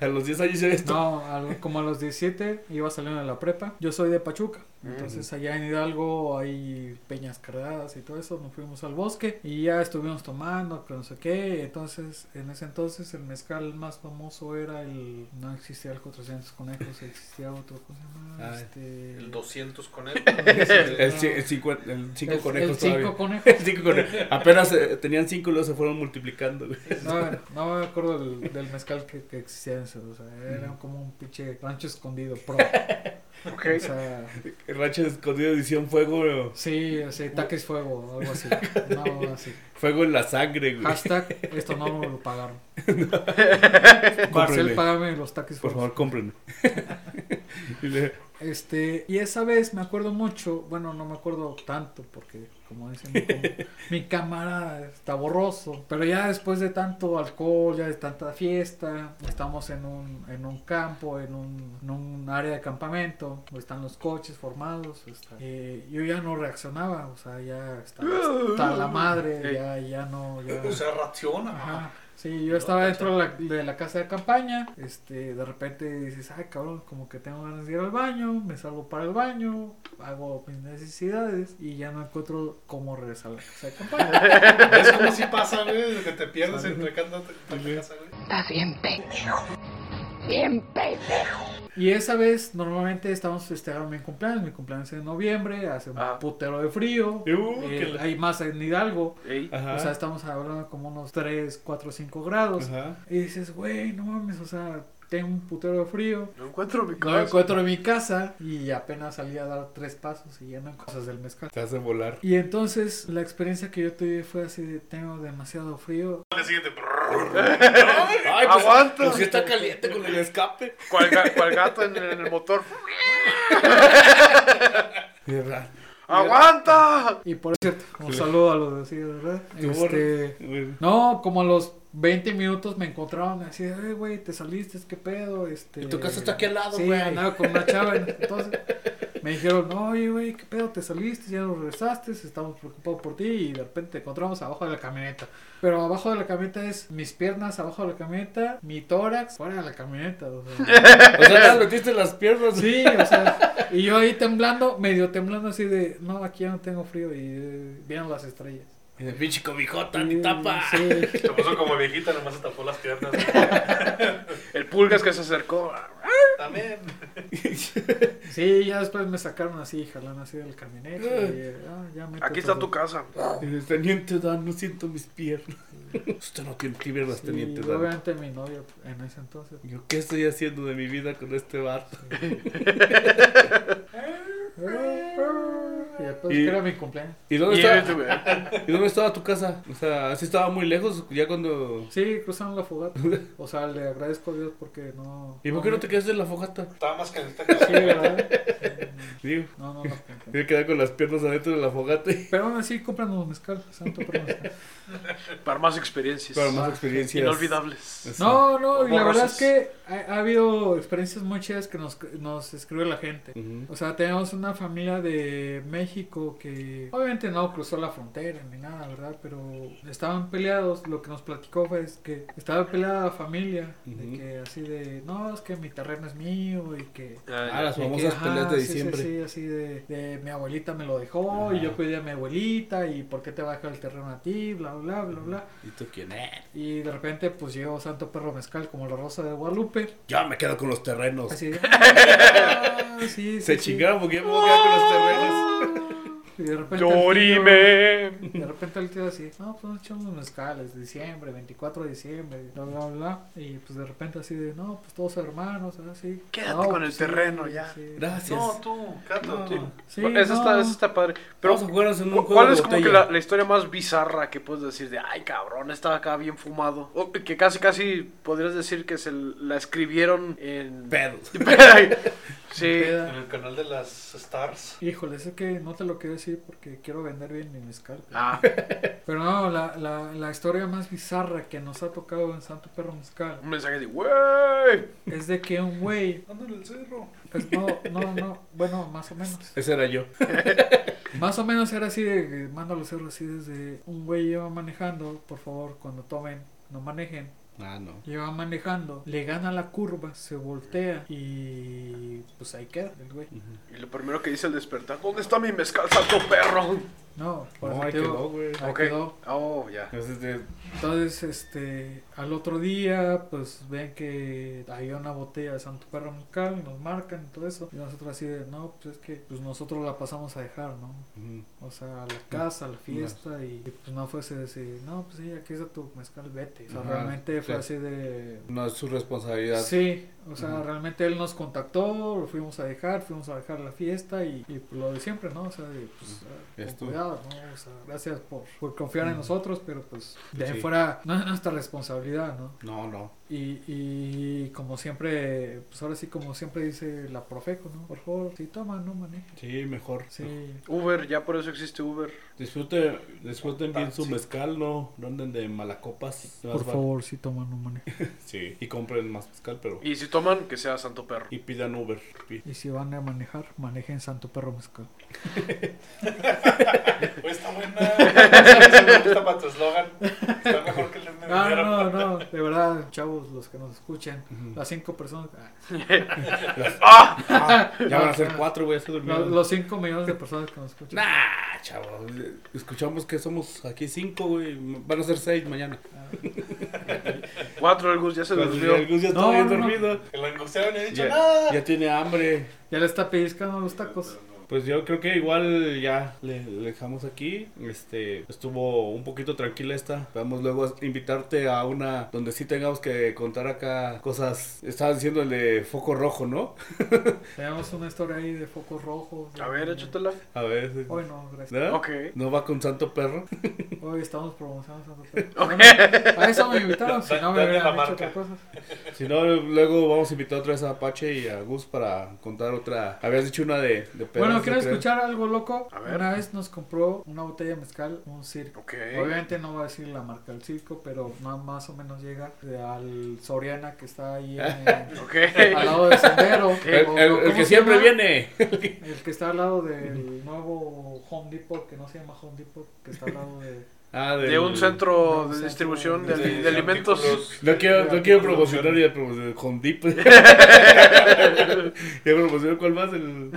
A los 10 años ya esto. No, algo- como a los 17 iba saliendo de la prepa. Yo soy de Pachuca. Entonces allá en Hidalgo hay peñas cargadas y todo eso. Nos fuimos al bosque y ya estuvimos tomando, que no sé qué. Entonces, en ese entonces el mezcal más famoso era el... No existía el 400 conejos, existía otro, ¿cómo se llama? Ah, Este... El 200 con él. El, ci- el cinco- el cinco El- conejos el todavía. cinco conejos. El cinco conejos. Apenas eh, tenían cinco y luego se fueron multiplicando. güey. No, no me acuerdo del, del mezcal que, que existía en ese, o sea, era como un pinche rancho escondido, pro. Ok. O sea, El rancho escondido edición fuego, güey. sí, o sea, taques fuego, algo así. No, así. fuego en la sangre, güey. Hashtag, esto no me lo pagaron. Cómprenle. Marcel, págame los taques Por favor, cómprenme. Y le- Este, y esa vez me acuerdo mucho, bueno, no me acuerdo tanto porque como dicen mi, com- mi cámara está borroso, pero ya después de tanto alcohol, ya de tanta fiesta, estamos en un, en un campo, en un, en un área de campamento, donde están los coches formados, está- eh, yo ya no reaccionaba, o sea, ya estaba hasta la madre, ya, ya no, ya... O sea, raciona. Ajá. Sí, yo estaba dentro de la, de la casa de campaña, este, de repente dices, ay cabrón, como que tengo ganas de ir al baño, me salgo para el baño, hago mis necesidades y ya no encuentro cómo regresar a la casa de campaña. Es como si pasa, güey, de que te pierdes entre cada entre casa, güey. Estás bien pendejo. Bien pendejo. y esa vez normalmente estamos festejando mi cumpleaños, mi cumpleaños es en noviembre, hace un Ah. putero de frío, Uh, eh, que la- hay más en Hidalgo, Ey, Ajá. o sea, estamos hablando como unos 3, 4, 5 grados. Ajá. Y dices, güey, no mames, o sea, tengo un putero de frío. No encuentro mi No encuentro en mi casa y apenas salí a dar tres pasos y ya no cosas del mezcal. Te hace volar. Y entonces la experiencia que yo tuve fue así de tengo demasiado frío. Al siguiente. Ay, pues, Aguanta. Pues sí está caliente con el escape. Cual, ga- cual gato en, el- en el motor. De verdad. ¡Aguanta! Y por cierto, un saludo a los de así, de verdad. Este, Güey. no, como a los 20 minutos me encontraron así, "Ey, güey, te saliste, qué pedo, este... Y tu casa está aquí al lado, Sí, güey. andaba con una chava, ¿no? entonces me dijeron, no, oye, güey, qué pedo, te saliste, ya no regresaste, estamos preocupados por ti y de repente te encontramos abajo de la camioneta. Pero abajo de la camioneta es mis piernas abajo de la camioneta, mi tórax fuera de la camioneta, o sea... O sea, te metiste las piernas. Sí, o sea, y yo ahí temblando, medio temblando así de, no, aquí ya no tengo frío y eh, vieron las estrellas. Y de pinche cobijota, Tan ni tapa. Sí. Se puso como viejita, nomás se tapó las piernas. El pulgas que se acercó. También. Sí, ya después me sacaron así, jalando así del camioneta. y, eh, ah, ya me Aquí está tu casa. Y de teniente Dan, no siento mis piernas. Usted no tiene piernas, teniente Y Dan. obviamente mi novio en ese entonces. Yo, ¿qué estoy haciendo de mi vida con este vato? Y después Y- que era mi cumpleaños. ¿Y dónde, Y estaba, este, güey. ¿Y dónde estaba tu casa? O sea, así estaba muy lejos, ya cuando... Sí, cruzaron la fogata. O sea, le agradezco a Dios porque no. ¿Y por qué no te quedaste en la fogata? Estaba más caliente Sí, que ¿verdad? Digo, No, no, no. me quedé con las piernas adentro de la fogata y... Pero aún así, cómpranos mezcal. Santo, pero mezcal. Para más experiencias. Para más experiencias. Inolvidables. Así. No, no, y la verdad es Borrosas. que ha, ha habido experiencias muy chidas que nos, nos escribe la gente. Ujú. O sea, tenemos una familia de México que obviamente no cruzó la frontera ni nada, ¿verdad? Pero estaban peleados. Lo que nos platicó fue es que estaba peleada la familia. Ujú. De que así de, no, es que mi terreno es mío y que... Ah, Ah, las y que, famosas ajá, peleas de sí, sí, diciembre. Sí, así de, de, mi abuelita me lo dejó y yo cuidé a mi abuelita y por qué te va a dejar el terreno a ti, bla, bla, bla, bla. ¿Y tú quién eres? Y de repente, pues llegó Santo Perro Mezcal como la rosa de Guadalupe. Yo me quedo con los terrenos. Así de. "Ah, Se sí, sí, sí". chingaron porque yo me voy a quedar con los terrenos. Y de repente. el tío- Llorime. De repente el tío así, no, pues nos echamos unos mezcales, diciembre, 24 de diciembre, bla, bla, bla. Y pues de repente así de, no, pues todos hermanos, así. Quédate "No, pues, con el terreno, sí, ya". sí. Gracias. No, tú, Cato, tú. Sí, Esa está, no. esa está padre. Pero Pero, vamos a jugar en un ¿cu- juego ¿cuál de es como que botella. la, la historia más bizarra que puedes decir de, ay cabrón, estaba acá bien fumado? O que casi, casi podrías decir que se la escribieron en... Pedo. sí. En el canal de las stars. Híjole, es que no te lo quiero decir porque quiero vender bien mi mezcal. Ah, Pero no, la, la, la historia más bizarra que nos ha tocado en Santo Perro Mezcal un mensaje de, wey. es de que un güey Ando en el cerro. Pues no, no, no, bueno, más o menos. Ese era yo. Más o menos era así de, que mando los cerros así desde un güey lleva manejando, por favor, cuando tomen, no manejen. Ah, no. Lleva manejando, le gana la curva, se voltea y pues ahí queda el güey. Y lo primero que dice al despertar, ¿dónde está mi mezcal, santo perro? No, por ah. No, eso ahí te digo, quedó, güey. ahí Ok. quedó. Oh, ya. Entonces, de- Entonces, este, al otro día, pues ven que hay una botella de Santo Perro Mezcal y nos marcan y todo eso. Y nosotros así de, no, pues es que pues nosotros la pasamos a dejar, ¿no? Ujú. O sea, a la casa, a la fiesta y, y, pues no fuese decir, no, pues sí, aquí está tu mezcal, vete. O sea, Ajá, realmente fue sí. así de... no es su responsabilidad. Sí, o sea, realmente él nos contactó, lo fuimos a dejar, fuimos a dejar la fiesta y, y pues, lo de siempre, ¿no? O sea, de, pues, Ya con estuvo. cuidado, ¿no? O sea, gracias por, por confiar en nosotros, pero pues de ahí Sí. fuera no es nuestra responsabilidad, ¿no? No, no. Y, y como siempre, pues ahora sí, como siempre dice la Profeco, ¿no? Por favor, si toma, no maneje. Sí, mejor. Sí, Uber, ya por eso existe Uber. Disfrute, disfruten bien su mezcal, no, no anden de malacopas. por favor, si toma, no maneje. Sí, y compren más mezcal, pero... Y si toman, que sea santo perro. Y pidan Uber. Pi- Y si van a manejar, manejen Santo Perro Mezcal. Pues está buena. Me gusta para tu eslogan. Está mejor que el de mi Ah, No, dinero. no, no, de verdad, chavos, los que nos escuchan, las cinco personas, ah, Ah, ya van a ser cuatro, güey, ya se lo- durmieron. los cinco millones de personas que nos escuchan. Nah, chavo. Escuchamos que somos aquí cinco, güey. Van a ser seis mañana. Pues, Cuatro, el Gus ya se El durmió. Gus ya está No, bien no, no. dormido. Que lo angustiaron y he dicho, Ya, ¡ah! ya tiene hambre. Ya le está pellizcando los tacos. pues yo creo que igual ya le, le dejamos aquí. Este, estuvo un poquito tranquila esta. Vamos luego a invitarte a una donde sí tengamos que contar acá cosas. Estaban diciendo el de foco rojo, ¿no? Tenemos una historia ahí de focos rojos. de- A ver, échatela. A ver. sí. Hoy no, gracias. ¿No? Ok. ¿No va con santo perro? Hoy estamos promocionando Santa Fe. Bueno, a eso me invitaron, si no Dale me la hubieran hecho marca. otra cosa. Si no, luego vamos a invitar otra vez a Apache y a Gus para contar otra. Habías dicho una de, de perros, bueno, yo quiero creo. escuchar algo loco. A ver. Una vez nos compró una botella de mezcal, un circo. Ok. Obviamente no voy a decir la marca del circo, pero ma- más o menos llega de al Soriana que está ahí en- Ok. al lado del sendero. El, el- o- el ¿cómo que se siempre llama? viene. El que está al lado del nuevo Home Depot, que no se llama Home Depot, que está al lado de... Ah, De del- un centro un de centro distribución de, de- ali- de alimentos. Este, artículos. eh, No quiero, no quiero promocionar y promocionar con Deep. ya promocioné cuál más. El...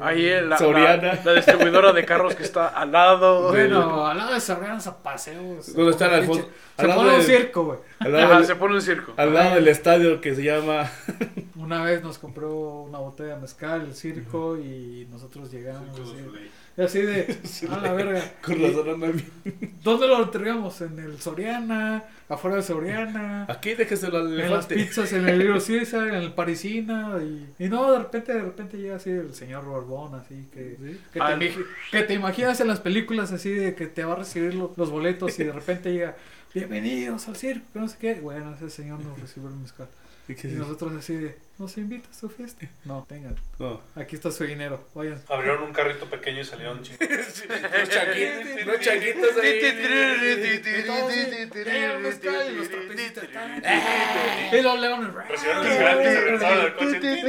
Ahí en la, Soriana. la- la distribuidora de carros que está al lado. Bueno, al lado de Soriana se paseos. ¿Dónde está el Alfonso? Se Al lado pone un de- circo, güey. Al lado, Ajá, del, se pone un circo. al lado del estadio que se llama. Una vez nos compró una botella de mezcal, el circo, y nosotros llegamos. así, y así de, a la verga. Con ¿Y razón anda bien. ¿Dónde lo entregamos? En el Soriana, afuera del Soriana, Aquí déjeselo al en las elefante. pizzas, en el Little Caesar, en el Parisina. Y, y no, de repente, de repente llega así el señor Borbón, así que. Que te, Al- imagi- que te imaginas en las películas así de que te va a recibir lo- los boletos y de repente llega, bienvenidos al circo, que no sé qué. Bueno, ese señor nos recibió el mezcal. Sí, Y sí, sí. nosotros así de, ¿nos invita a su fiesta? No, tengan, No. aquí está su dinero, vayan. Abrieron un carrito pequeño y salieron chingados. Los este changuitos- los changuitos ahí. Y los leones. Recibieron el gratis, se regresaron al coche.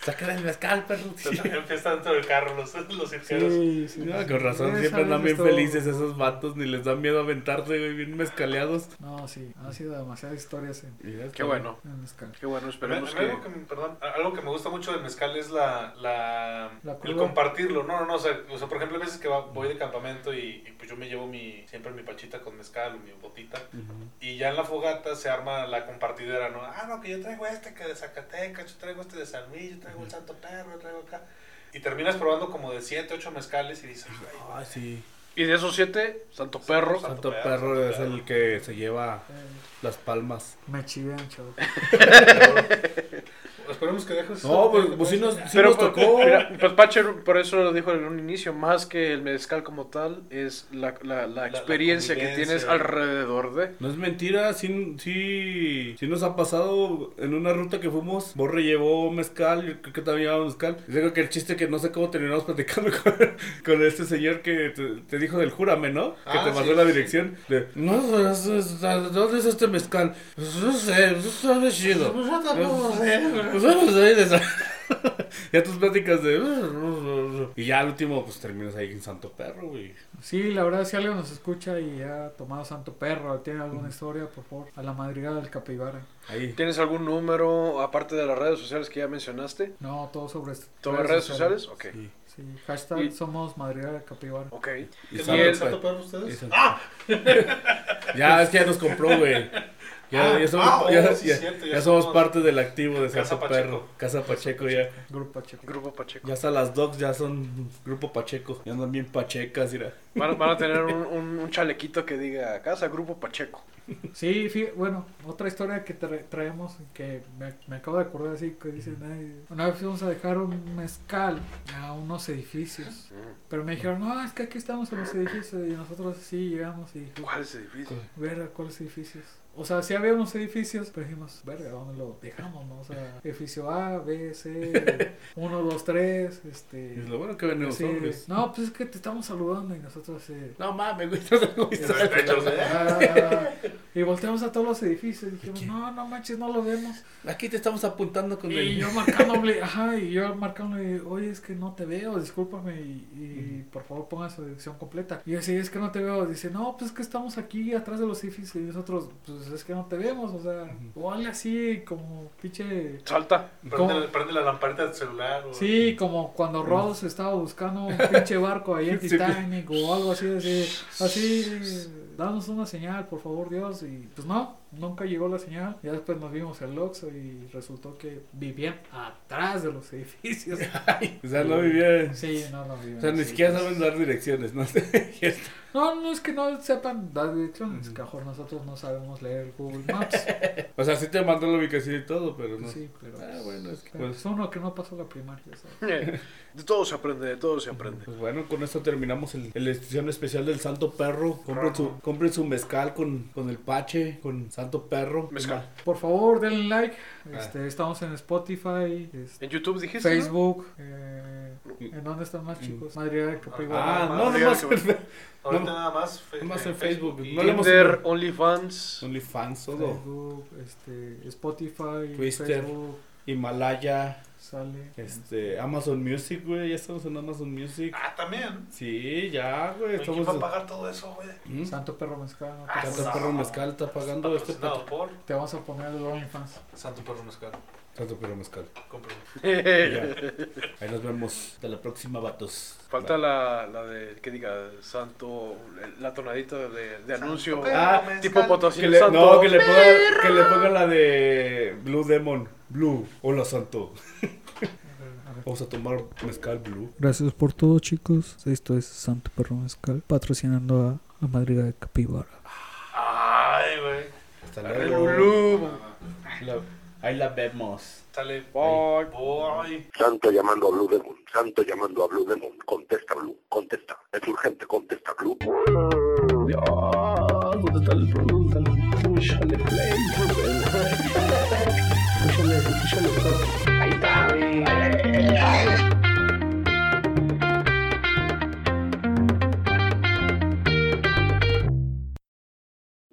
Sacar el mezcal, perro. Se tenían fiesta dentro del carro los, los cirqueros. Sí, sí, Ah, sí. con razón, Esa siempre vez andan bien estuvo- felices esos vatos, ni les da miedo aventarse, güey, bien mezcaleados. No, sí, han sido demasiadas historias en, Qué bueno, en mezcal. qué bueno, A mí- a esperemos mí algo, que... que me, perdón, a- algo que me gusta mucho del mezcal es la, la, La el cruda. compartirlo. No, no, no. O sea, o sea, por ejemplo, a veces que va- voy de campamento y, y pues yo me llevo mi siempre mi pachita con mezcal o mi botita. Y ya en la fogata se arma la compartidera, ¿no? Ah, no, que yo traigo este que de Zacatecas, yo traigo este de San Luis, yo traigo el Santo Perro, yo traigo acá. Y terminas probando como de 7, 8 mezcales y dices, "Ay, Ah, sí. Y de esos siete, Santo Perro. Santo Perro es el que se lleva las palmas. Me chivean, chavo. esperemos que dejes. No, pues, pues sí nos, sí Pero nos pues, tocó. mira, pues Pacher, por eso lo dijo en un inicio, más que el mezcal como tal, es la, la- la experiencia que convivencia. tienes alrededor de... No es mentira, sí, sí, sí nos ha pasado en una ruta que fuimos. Borre llevó mezcal, yo creo que también llevaba mezcal. Y Digo que el chiste que no sé cómo terminamos platicando con, con este señor que te, te dijo del júrame, ¿no? Que Ah, te sí, pasó la sí. dirección. De, no, es- es- ¿dónde es este mezcal? Pues no sé, pues sabe chido. Pues yo no sé, de esa- Ya tus pláticas de... Y ya al último, pues terminas ahí en Santo Perro, güey. Sí, la verdad, si alguien nos escucha y ha tomado Santo Perro, tiene alguna historia, por favor, a la madrigada del capibara. Ahí. ¿Tienes algún número, aparte de las redes sociales que ya mencionaste? No, todo sobre esto. ¿Todas redes sociales? Ok. Sí. Sí, hashtag Y- somos madrigada del capibara. Ok. Y ¿Qué y tal el- el Santo Perro ustedes? ¡Ah! ya, es que ya nos compró, güey. Ya, Ah, ya somos, ah, oh, ya, sí, ya- cierto, ya ya somos somos- parte del activo de Casa Santo Pacheco. Perro. Casa Pacheco ya. Grupo Checo. Grupo Pacheco. Ya hasta las dogs ya son grupo Pacheco. Ya andan bien pachecas, mira. Van, a- van a tener un, un- un chalequito que diga casa, Grupo Pacheco. Sí, fí- bueno, otra historia que tra- traemos que me, me acabo de acordar así que dicen, "Ay, una vez fuimos a dejar un mezcal a unos edificios, pero me dijeron, no, es que aquí estamos en los edificios y nosotros sí llegamos y dijimos, ¿Cuál es el edificio? verga, ¿cuáles edificios? O sea, sí había unos edificios, pero dijimos, verga, ¿dónde lo dejamos? No? O sea, edificio A, B, C, 1, 2, 3, Y este... es lo bueno que venimos así, hombres. no, pues es que te estamos saludando y nosotros... eh, No mames, güey. estás egoísta. ¿eh? Ah, y volteamos a todos los edificios y dijimos, no, no manches, no lo vemos. Aquí te estamos apuntando con Y el. yo marcándole, ajá, y yo marcándole, oye, es que no te veo, discúlpame y, y por favor ponga su dirección completa. Y yo decía, es que no te veo. Dice, no, pues es que estamos aquí atrás de los edificios y nosotros, pues es que no te vemos, o sea, o hazle así como pinche... Salta. ¿Cómo? Prende, prende la lamparita del celular. o- Sí, como cuando Ross estaba buscando un pinche barco ahí en Sí. Titanic o algo así, así, así, danos una señal, por favor, Dios, y pues no, Nunca llegó la señal. Ya después nos vimos el Oxxo y resultó que vivían atrás de los edificios. O sea, no vivían. Sí, no, no vivían. O sea, ni así, siquiera pues. saben dar direcciones, ¿no? sé. No, no es que no sepan dar direcciones. que a lo mejor nosotros no sabemos leer Google Maps. o sea, sí te mandó la ubicación y todo, pero no. Sí, pero. Ah, pues, bueno, es que pero pues- es uno que no pasó la primaria. ¿sabes? Eh, De todo se aprende, de todo se aprende. Pues bueno, con esto terminamos el, el edición especial del Santo Perro. Compren su, compren su mezcal con, con el pache, con Santo Perro. Ah, Mezcal. Por favor, denle like. Este, Estamos en Spotify, este, ¿En YouTube dijiste? no? Facebook. eh, ¿En dónde están más chicos? Madrid de Capibara. Mm. Ah, Ah, no, madre, nomás, que bueno. Ahorita No. nada más. fe- nomás en eh, Facebook. y- No le hemos Tinder, OnlyFans. OnlyFans, todo. Facebook, este, Spotify, Twister. Facebook, Himalaya, sale. este, Amazon Music, güey. Ya estamos en Amazon Music. Ah, también. Sí, ya, güey. Oye, ¿Quién Estamos va a pagar todo eso, güey? ¿Mm? Santo Perro Mezcal. ¿no? Ah, Santo Perro Mezcal está pagando este Patrocinado por Te vamos a poner el OnlyFans. Santo Perro Mezcal. Santo Perro Mezcal. Cómpralo. Ya. Ahí nos vemos. Hasta la próxima, vatos. Falta la, la de, que diga, santo, la tonadita de, de anuncio. Pedro Ah, Mezcal. tipo Potosí, Que el le, santo. no, que le, ponga, que le ponga la de Blue Demon. Blue, hola santo. Vamos a tomar mezcal blue. Gracias por todo, chicos. Esto es Santo Perro Mezcal, patrocinando a la madriga de Capibara. Ay, güey. Hasta luego. Lulu. La- ahí la vemos. Sale. Bye. Bye. Santo llamando a Blue Demon, Santo llamando a Blue Demon, contesta Blue, contesta, es urgente, contesta Blue.